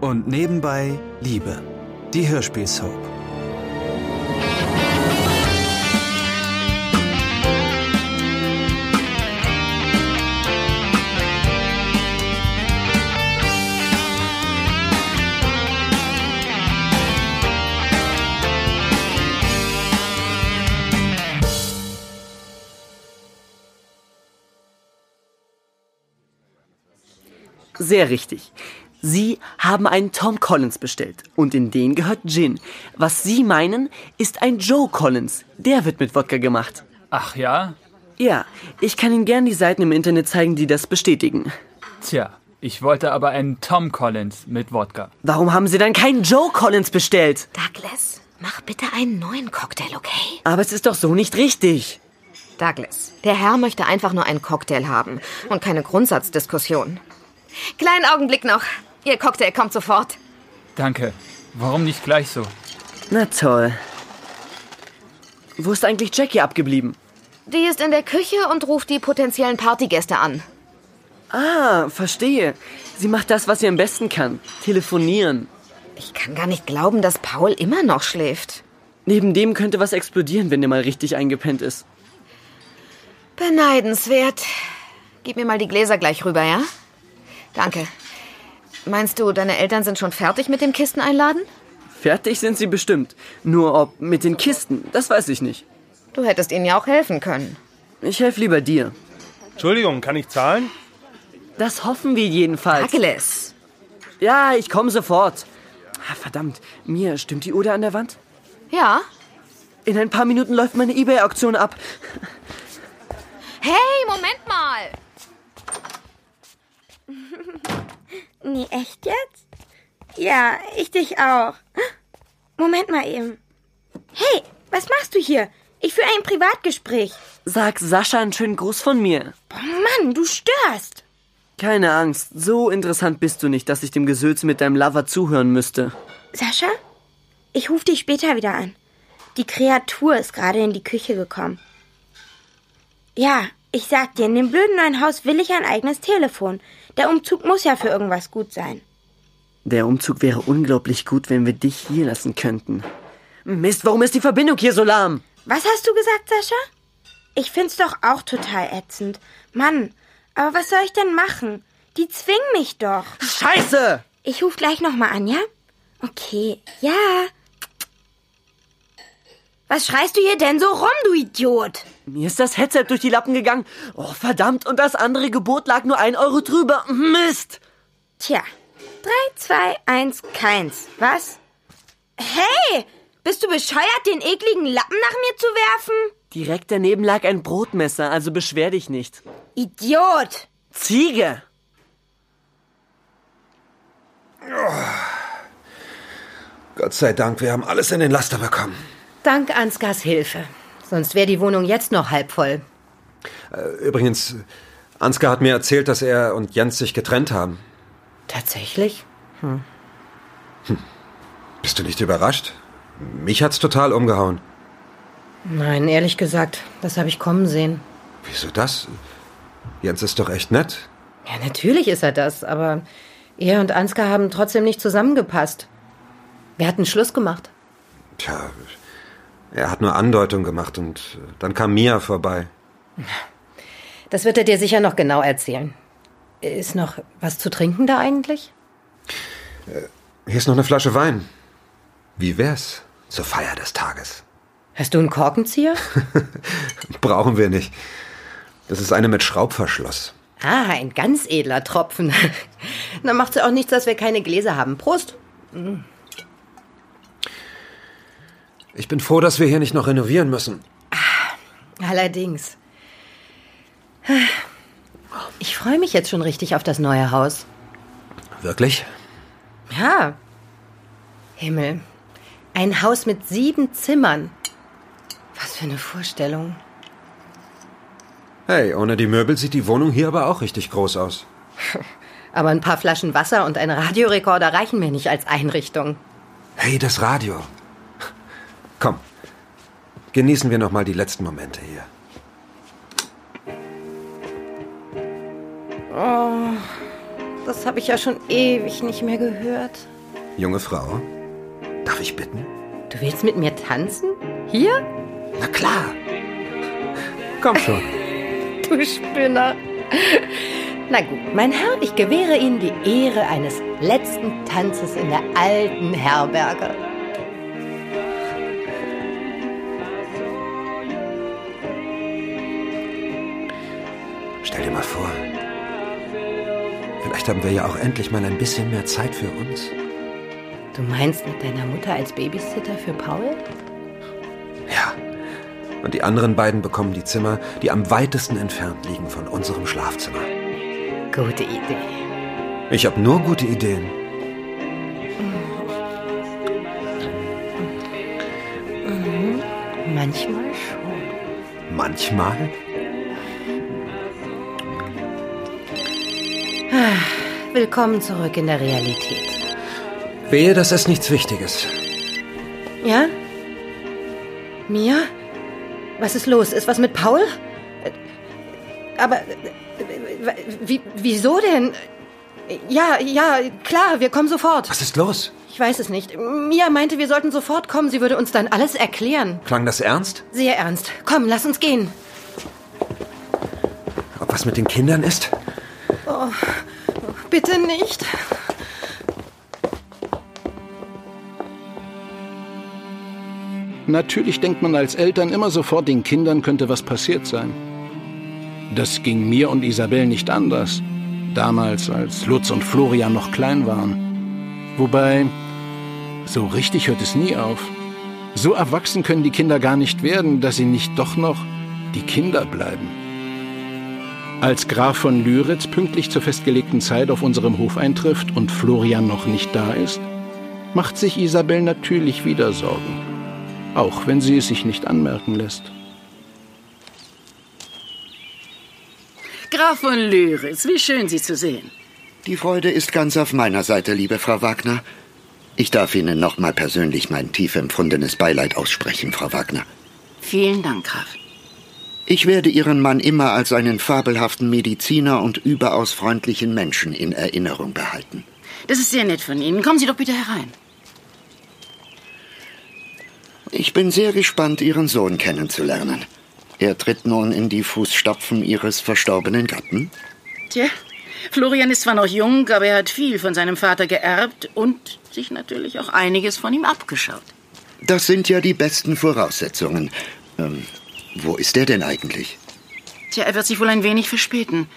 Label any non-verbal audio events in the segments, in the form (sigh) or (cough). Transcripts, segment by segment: Und nebenbei Liebe, die Hörspiel-Soap. Sehr richtig. Sie haben einen Tom Collins bestellt und in den gehört Gin. Was Sie meinen, ist ein Joe Collins. Der wird mit Wodka gemacht. Ach ja? Ja, ich kann Ihnen gern die Seiten im Internet zeigen, die das bestätigen. Tja, ich wollte aber einen Tom Collins mit Wodka. Warum haben Sie dann keinen Joe Collins bestellt? Douglas, mach bitte einen neuen Cocktail, okay? Aber es ist doch so nicht richtig. Douglas, der Herr möchte einfach nur einen Cocktail haben und keine Grundsatzdiskussion. Kleinen Augenblick noch. Ihr Cocktail kommt sofort. Danke. Warum nicht gleich so? Na toll. Wo ist eigentlich Jackie abgeblieben? Die ist in der Küche und ruft die potenziellen Partygäste an. Ah, verstehe. Sie macht das, was sie am besten kann. Telefonieren. Ich kann gar nicht glauben, dass Paul immer noch schläft. Neben dem könnte was explodieren, wenn der mal richtig eingepennt ist. Beneidenswert. Gib mir mal die Gläser gleich rüber, ja? Danke. Meinst du, deine Eltern sind schon fertig mit dem Kisten einladen? Fertig sind sie bestimmt. Nur ob mit den Kisten, das weiß ich nicht. Du hättest ihnen ja auch helfen können. Ich helfe lieber dir. Entschuldigung, kann ich zahlen? Das hoffen wir jedenfalls. Douglas, Ja, ich komme sofort. Ah, verdammt, mir stimmt die Uhr da an der Wand? ja? In ein paar Minuten läuft meine Ebay-Auktion ab. Hey, Moment mal! Nee, echt jetzt? Ja, ich dich auch. Moment mal eben. Hey, was machst du hier? Ich führe ein Privatgespräch. Sag Sascha einen schönen Gruß von mir. Oh Mann, du störst. Keine Angst, so interessant bist du nicht, dass ich dem Gesülz mit deinem Lover zuhören müsste. Sascha? Ich rufe dich später wieder an. Die Kreatur ist gerade in die Küche gekommen. Ja, ich sag dir, in dem blöden neuen Haus will ich ein eigenes Telefon. Der Umzug muss ja für irgendwas gut sein. Der Umzug wäre unglaublich gut, wenn wir dich hier lassen könnten. Mist, warum ist die Verbindung hier so lahm? Was hast du gesagt, Sascha? Ich find's doch auch total ätzend. Mann, aber was soll ich denn machen? Die zwingen mich doch. Scheiße! Ich ruf gleich nochmal an, ja? Okay, ja. Was schreist du hier denn so rum, du Idiot? Mir ist das Headset durch die Lappen gegangen. Oh, verdammt, und das andere Gebot lag nur ein Euro drüber. Mist! Tja, drei, zwei, eins, keins. Was? Hey, bist du bescheuert, den ekligen Lappen nach mir zu werfen? Direkt daneben lag ein Brotmesser, also beschwer dich nicht. Idiot! Ziege! Gott sei Dank, wir haben alles in den Laster bekommen. Dank Ansgars Hilfe. Sonst wäre die Wohnung jetzt noch halb voll. Übrigens, Ansgar hat mir erzählt, dass er und Jens sich getrennt haben. Tatsächlich? Bist du nicht überrascht? Mich hat's total umgehauen. Nein, ehrlich gesagt, das habe ich kommen sehen. Wieso das? Jens ist doch echt nett. Ja, natürlich ist er das, aber er und Ansgar haben trotzdem nicht zusammengepasst. Wir hatten Schluss gemacht. Tja, er hat nur Andeutung gemacht und äh, dann kam Mia vorbei. Das wird er dir sicher noch genau erzählen. Ist noch was zu trinken da eigentlich? Hier ist noch eine Flasche Wein. Wie wär's? Zur Feier des Tages. Hast du einen Korkenzieher? Brauchen wir nicht. Das ist eine mit Schraubverschluss. Ah, ein ganz edler Tropfen. (laughs) Dann macht's ja auch nichts, dass wir keine Gläser haben. Prost! Ich bin froh, dass wir hier nicht noch renovieren müssen. Allerdings. Ich freue mich jetzt schon richtig auf das neue Haus. Wirklich? Ja. Himmel. Ein Haus mit sieben Zimmern. Was für eine Vorstellung. Hey, ohne die Möbel sieht die Wohnung hier aber auch richtig groß aus. Aber ein paar Flaschen Wasser und ein Radiorekorder reichen mir nicht als Einrichtung. Hey, das Radio. Komm, genießen wir noch mal die letzten Momente hier. Das habe ich ja schon eh. ewig nicht mehr gehört. Junge Frau, darf ich bitten? Du willst mit mir tanzen? Hier? Na klar. Komm schon. Du Spinner. (laughs) Na gut, mein Herr, ich gewähre Ihnen die Ehre eines letzten Tanzes in der alten Herberge. Stell dir mal vor. Vielleicht haben wir ja auch endlich mal ein bisschen mehr Zeit für uns. Du meinst mit deiner Mutter als Babysitter für Paul? Ja. Und die anderen beiden bekommen die Zimmer, die am weitesten entfernt liegen von unserem Schlafzimmer. Gute Idee. Ich habe nur gute Ideen. Manchmal schon. Manchmal. Willkommen zurück in der Realität. Wehe, das ist nichts Wichtiges. Ja? Mia? Was ist los? Ist was mit Paul? Äh, Aber äh, w- wie, wieso denn? Ja, ja, klar, wir kommen sofort. Was ist los? Ich weiß es nicht. Mia meinte, wir sollten sofort kommen. Sie würde uns dann alles erklären. Klang das ernst? Sehr ernst. Komm, lass uns gehen. Ob was mit den Kindern ist? Bitte nicht. Natürlich denkt man als Eltern immer sofort, den Kindern könnte was passiert sein. Das ging mir und Isabel nicht anders. Damals, als Lutz und Florian noch klein waren. Wobei, so richtig hört es nie auf. So erwachsen können die Kinder gar nicht werden, dass sie nicht doch noch die Kinder bleiben. Als Graf von Lyritz pünktlich zur festgelegten Zeit auf unserem Hof eintrifft und Florian noch nicht da ist, macht sich Isabel natürlich wieder Sorgen auch wenn sie es sich nicht anmerken lässt. Graf von Lyris, wie schön Sie zu sehen. Die Freude ist ganz auf meiner Seite, liebe Frau Wagner. Ich darf Ihnen nochmal persönlich mein tief empfundenes Beileid aussprechen, Frau Wagner. Vielen Dank, Graf. Ich werde Ihren Mann immer als einen fabelhaften Mediziner und überaus freundlichen Menschen in Erinnerung behalten. Das ist sehr nett von Ihnen. Kommen Sie doch bitte herein. Ich bin sehr gespannt, Ihren Sohn kennenzulernen. Er tritt nun in die Fußstapfen Ihres verstorbenen Gatten? Tja, Florian ist zwar noch jung, aber er hat viel von seinem Vater geerbt und sich natürlich auch einiges von ihm abgeschaut. Das sind ja die besten Voraussetzungen. Ähm, wo ist er denn eigentlich? Tja, er wird sich wohl ein wenig verspäten.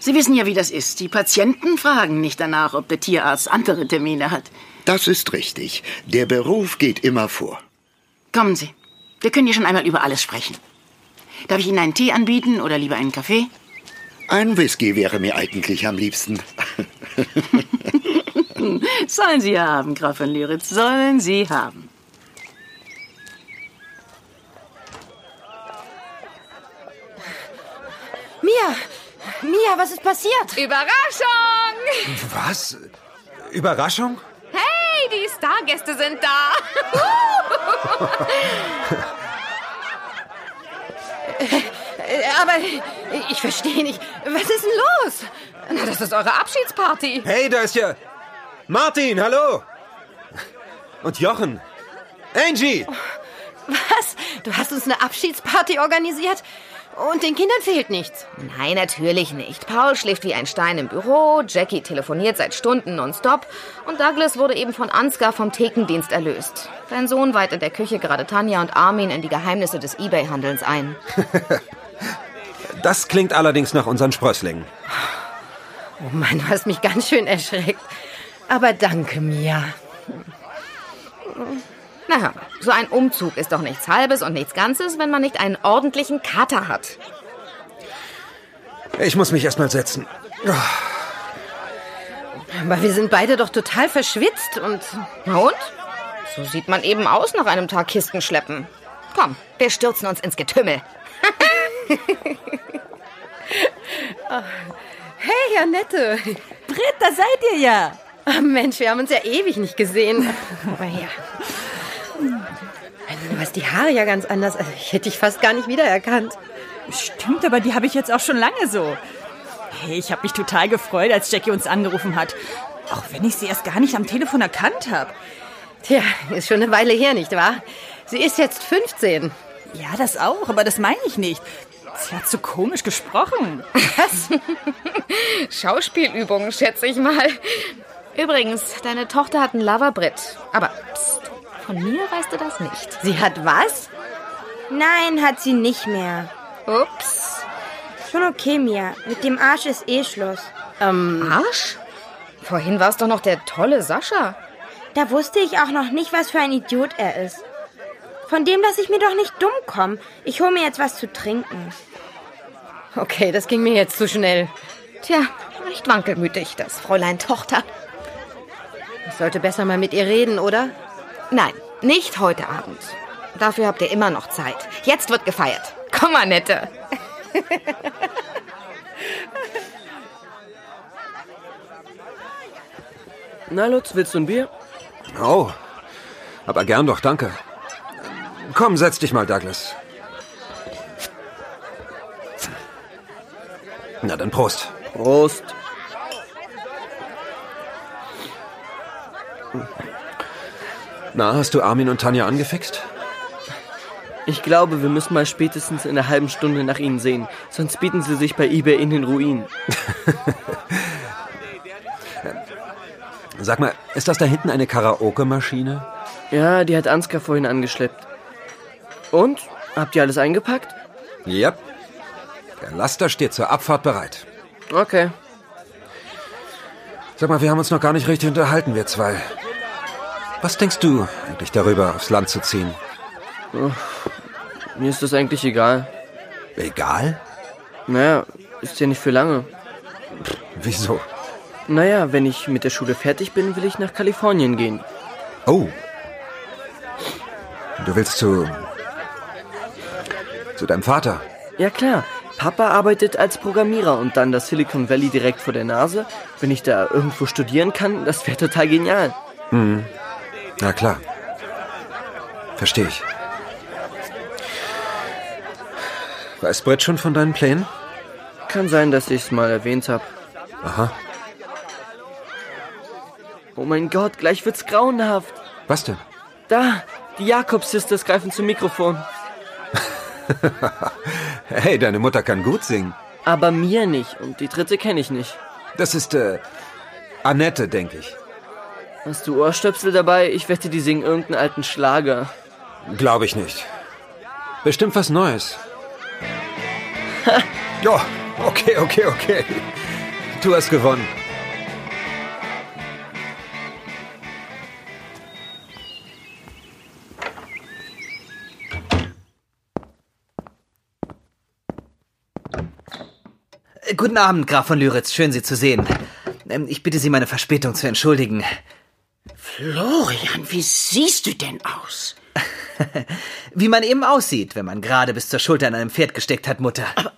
Sie wissen ja, wie das ist. Die Patienten fragen nicht danach, ob der Tierarzt andere Termine hat. Das ist richtig. Der Beruf geht immer vor. Kommen Sie. Wir können hier schon einmal über alles sprechen. Darf ich Ihnen einen Tee anbieten oder lieber einen Kaffee? Ein Whisky wäre mir eigentlich am liebsten. Sollen Sie haben, Graf von Lyritz, sollen Sie haben. Mia! Mia, was ist passiert? Überraschung! Was? Überraschung? Hey, die Stargäste sind (laughs) da. Äh, Aber ich verstehe nicht. Was ist denn los? Na, das ist eure Abschiedsparty. Hey, da ist ja. Martin, hallo! Und Jochen. Angie! Was? Du hast uns eine Abschiedsparty organisiert? Und den Kindern fehlt nichts. Nein, natürlich nicht. Paul schläft wie ein Stein im Büro, Jackie telefoniert seit Stunden nonstop und Douglas wurde eben von Ansgar vom Thekendienst erlöst. Dein Sohn weiht in der Küche gerade Tanja und Armin in die Geheimnisse des Ebay-Handelns ein. Das klingt allerdings nach unseren Sprösslingen. Oh Mann, du hast mich ganz schön erschreckt. Aber danke, Mia. Naja, so ein Umzug ist doch nichts Halbes und nichts Ganzes, wenn man nicht einen ordentlichen Kater hat. Ich muss mich erstmal setzen. Aber wir sind beide doch total verschwitzt und... Na und? So sieht man eben aus nach einem Tag Kisten schleppen. Komm, wir stürzen uns ins Getümmel. Hey, Annette. Britt, da seid ihr ja. Oh Mensch, wir haben uns ja ewig nicht gesehen. Aber ja. Also, du hast die Haare ja ganz anders. Also, ich hätte dich fast gar nicht wiedererkannt. Stimmt, aber die habe ich jetzt auch schon lange so. Hey, ich habe mich total gefreut, als Jackie uns angerufen hat. Auch wenn ich sie erst gar nicht am Telefon erkannt habe. Tja, ist schon eine Weile her, nicht wahr? Sie ist jetzt 15. Ja, das auch, aber das meine ich nicht. Sie hat so komisch gesprochen. Schauspielübungen, schätze ich mal. Übrigens, deine Tochter hat ein Lavabrett. Aber pst, von mir weißt du das nicht. Sie hat was? Nein, hat sie nicht mehr. Ups. Schon okay, Mia. Mit dem Arsch ist eh Schluss. Ähm. Arsch? Vorhin war es doch noch der tolle Sascha. Da wusste ich auch noch nicht, was für ein Idiot er ist. Von dem lasse ich mir doch nicht dumm kommen. Ich hole mir jetzt was zu trinken. Okay, das ging mir jetzt zu schnell. Tja, recht wankelmütig, das Fräulein Tochter. Ich sollte besser mal mit ihr reden, oder? Nein, nicht heute Abend. Dafür habt ihr immer noch Zeit. Jetzt wird gefeiert. Komm, Annette. Na, Lutz, willst du ein Bier? Oh, aber gern doch, danke. Komm, setz dich mal, Douglas. Na dann Prost. Prost. Na, hast du Armin und Tanja angefixt? Ich glaube, wir müssen mal spätestens in einer halben Stunde nach ihnen sehen. Sonst bieten sie sich bei eBay in den Ruin. Sag mal, ist das da hinten eine Karaoke-Maschine? Ja, die hat Ansgar vorhin angeschleppt. Und? Habt ihr alles eingepackt? Ja. Der Laster steht zur Abfahrt bereit. Okay. Sag mal, wir haben uns noch gar nicht richtig unterhalten, wir zwei. Was denkst du eigentlich darüber, aufs Land zu ziehen? Ach, mir ist das eigentlich egal. Egal? Naja, ist ja nicht für lange. Pff, wieso? Naja, wenn ich mit der Schule fertig bin, will ich nach Kalifornien gehen. Oh. Du willst zu. zu deinem Vater? Ja, klar. Papa arbeitet als Programmierer und dann das Silicon Valley direkt vor der Nase. Wenn ich da irgendwo studieren kann, das wäre total genial. Mhm. Na klar. Verstehe ich. Weiß Brett schon von deinen Plänen? Kann sein, dass ich es mal erwähnt habe. Aha. Oh mein Gott, gleich wird's grauenhaft. Was denn? Da, die Jakobs-Sisters greifen zum Mikrofon. hey, deine Mutter kann gut singen. Aber mir nicht und die dritte kenne ich nicht. Das ist, äh, Annette, denke ich. Hast du Ohrstöpsel dabei? Ich wette, die singen irgendeinen alten Schlager. Glaube ich nicht. Bestimmt was Neues. Ja, oh, okay, okay, okay. Du hast gewonnen. Guten Abend, Graf von Lüritz. Schön, Sie zu sehen. Ähm, Ich bitte Sie, meine Verspätung zu entschuldigen. Florian, wie siehst du denn aus? wie man eben aussieht, wenn man gerade bis zur Schulter an einem Pferd gesteckt hat, Mutter. Aber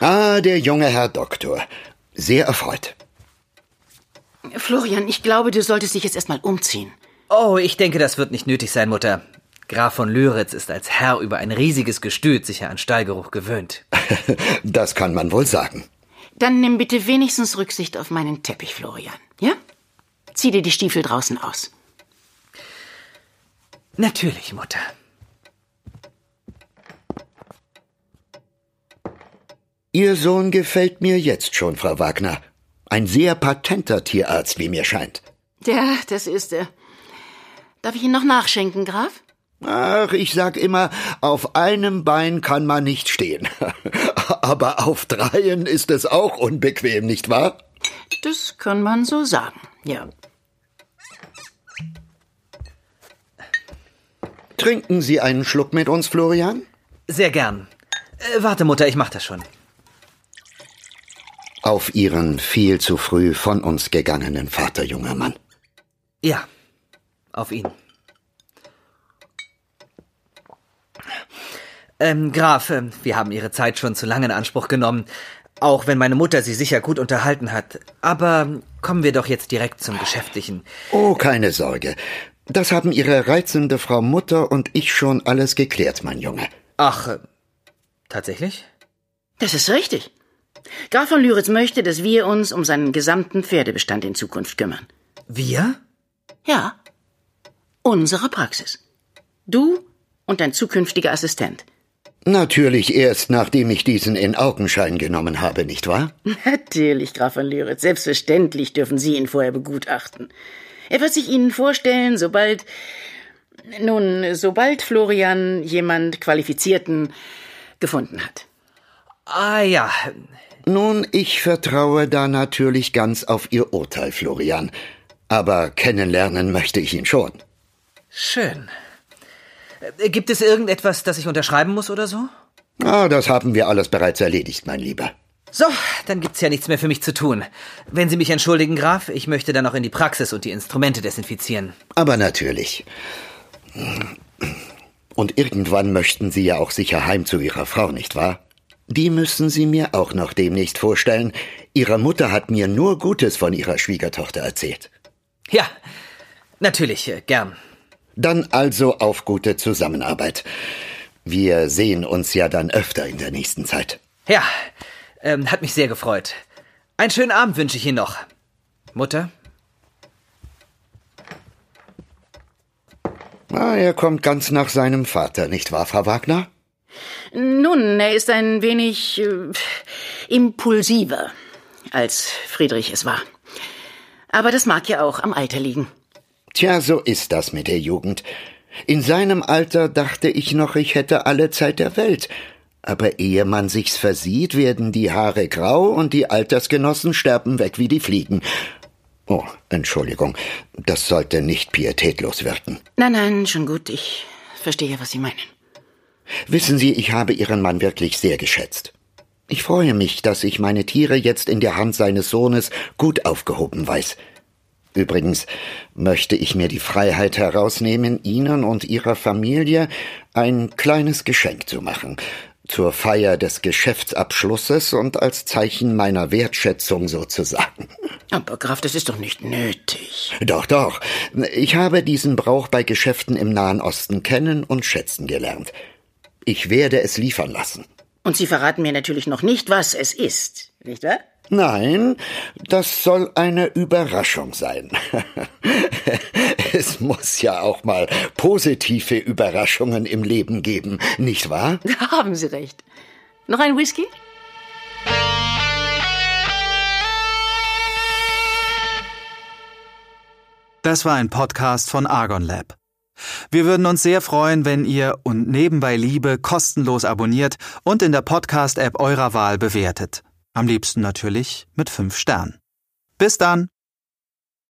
ah, der junge Herr Doktor. Sehr erfreut. Florian, ich glaube, du solltest dich jetzt erstmal umziehen. Oh, ich denke, das wird nicht nötig sein, Mutter. Graf von Löritz ist als Herr über ein riesiges Gestüt sicher an Stallgeruch gewöhnt. (laughs) das kann man wohl sagen. Dann nimm bitte wenigstens Rücksicht auf meinen Teppich, Florian. Ja? Zieh dir die Stiefel draußen aus. Natürlich, Mutter. Ihr Sohn gefällt mir jetzt schon, Frau Wagner. Ein sehr patenter Tierarzt, wie mir scheint. Ja, das ist er. Darf ich ihn noch nachschenken, Graf? Ach, ich sag immer, auf einem Bein kann man nicht stehen. (laughs) Aber auf dreien ist es auch unbequem, nicht wahr? Das kann man so sagen, ja. Trinken Sie einen Schluck mit uns, Florian? Sehr gern. Äh, warte, Mutter, ich mach das schon. Auf Ihren viel zu früh von uns gegangenen Vater, junger Mann. Ja, auf ihn. Ähm, Graf, wir haben Ihre Zeit schon zu lange in Anspruch genommen, auch wenn meine Mutter Sie sicher gut unterhalten hat. Aber kommen wir doch jetzt direkt zum Geschäftlichen. Oh, keine Sorge. Das haben Ihre reizende Frau Mutter und ich schon alles geklärt, mein Junge. Ach, äh, tatsächlich? Das ist richtig. Graf von Lüritz möchte, dass wir uns um seinen gesamten Pferdebestand in Zukunft kümmern. Wir? Ja. Unsere Praxis. Du und dein zukünftiger Assistent. Natürlich erst, nachdem ich diesen in Augenschein genommen habe, nicht wahr? Natürlich, Graf von Lüritz. Selbstverständlich dürfen Sie ihn vorher begutachten. Er wird sich Ihnen vorstellen, sobald. Nun, sobald Florian jemand Qualifizierten gefunden hat. Ah ja. Nun, ich vertraue da natürlich ganz auf Ihr Urteil, Florian. Aber kennenlernen möchte ich ihn schon. Schön. Äh, Gibt es irgendetwas, das ich unterschreiben muss oder so? Ah, das haben wir alles bereits erledigt, mein Lieber. So, dann gibt's ja nichts mehr für mich zu tun. Wenn Sie mich entschuldigen, Graf, ich möchte dann noch in die Praxis und die Instrumente desinfizieren. Aber natürlich. Und irgendwann möchten Sie ja auch sicher heim zu Ihrer Frau, nicht wahr? Die müssen Sie mir auch noch demnächst vorstellen. Ihre Mutter hat mir nur Gutes von ihrer Schwiegertochter erzählt. Ja, natürlich, äh, gern. Dann also auf gute Zusammenarbeit. Wir sehen uns ja dann öfter in der nächsten Zeit. Ja, ähm, hat mich sehr gefreut. Einen schönen Abend wünsche ich Ihnen noch. Mutter? Ah, er kommt ganz nach seinem Vater, nicht wahr, Frau Wagner? Nun, er ist ein wenig äh, impulsiver, als Friedrich es war. Aber das mag ja auch am Alter liegen. Tja, so ist das mit der Jugend. In seinem Alter dachte ich noch, ich hätte alle Zeit der Welt. Aber ehe man sich's versieht, werden die Haare grau und die Altersgenossen sterben weg wie die Fliegen. Oh, Entschuldigung, das sollte nicht pietätlos wirken. Nein, nein, schon gut. Ich verstehe, was Sie meinen. Wissen Sie, ich habe Ihren Mann wirklich sehr geschätzt. Ich freue mich, dass ich meine Tiere jetzt in der Hand seines Sohnes gut aufgehoben weiß. Übrigens möchte ich mir die Freiheit herausnehmen, Ihnen und Ihrer Familie ein kleines Geschenk zu machen, zur Feier des Geschäftsabschlusses und als Zeichen meiner Wertschätzung sozusagen. (laughs) Aber Graf, das ist doch nicht nötig. Doch, doch. Ich habe diesen Brauch bei Geschäften im Nahen Osten kennen und schätzen gelernt. Ich werde es liefern lassen. Und Sie verraten mir natürlich noch nicht, was es ist, nicht wahr? Nein, das soll eine Überraschung sein. (laughs) es muss ja auch mal positive Überraschungen im Leben geben, nicht wahr? Da haben Sie recht. Noch ein Whisky? Das war ein Podcast von Argon Lab. Wir würden uns sehr freuen, wenn ihr und nebenbei Liebe kostenlos abonniert und in der Podcast-App eurer Wahl bewertet. Am liebsten natürlich mit 5 Sternen. Bis dann!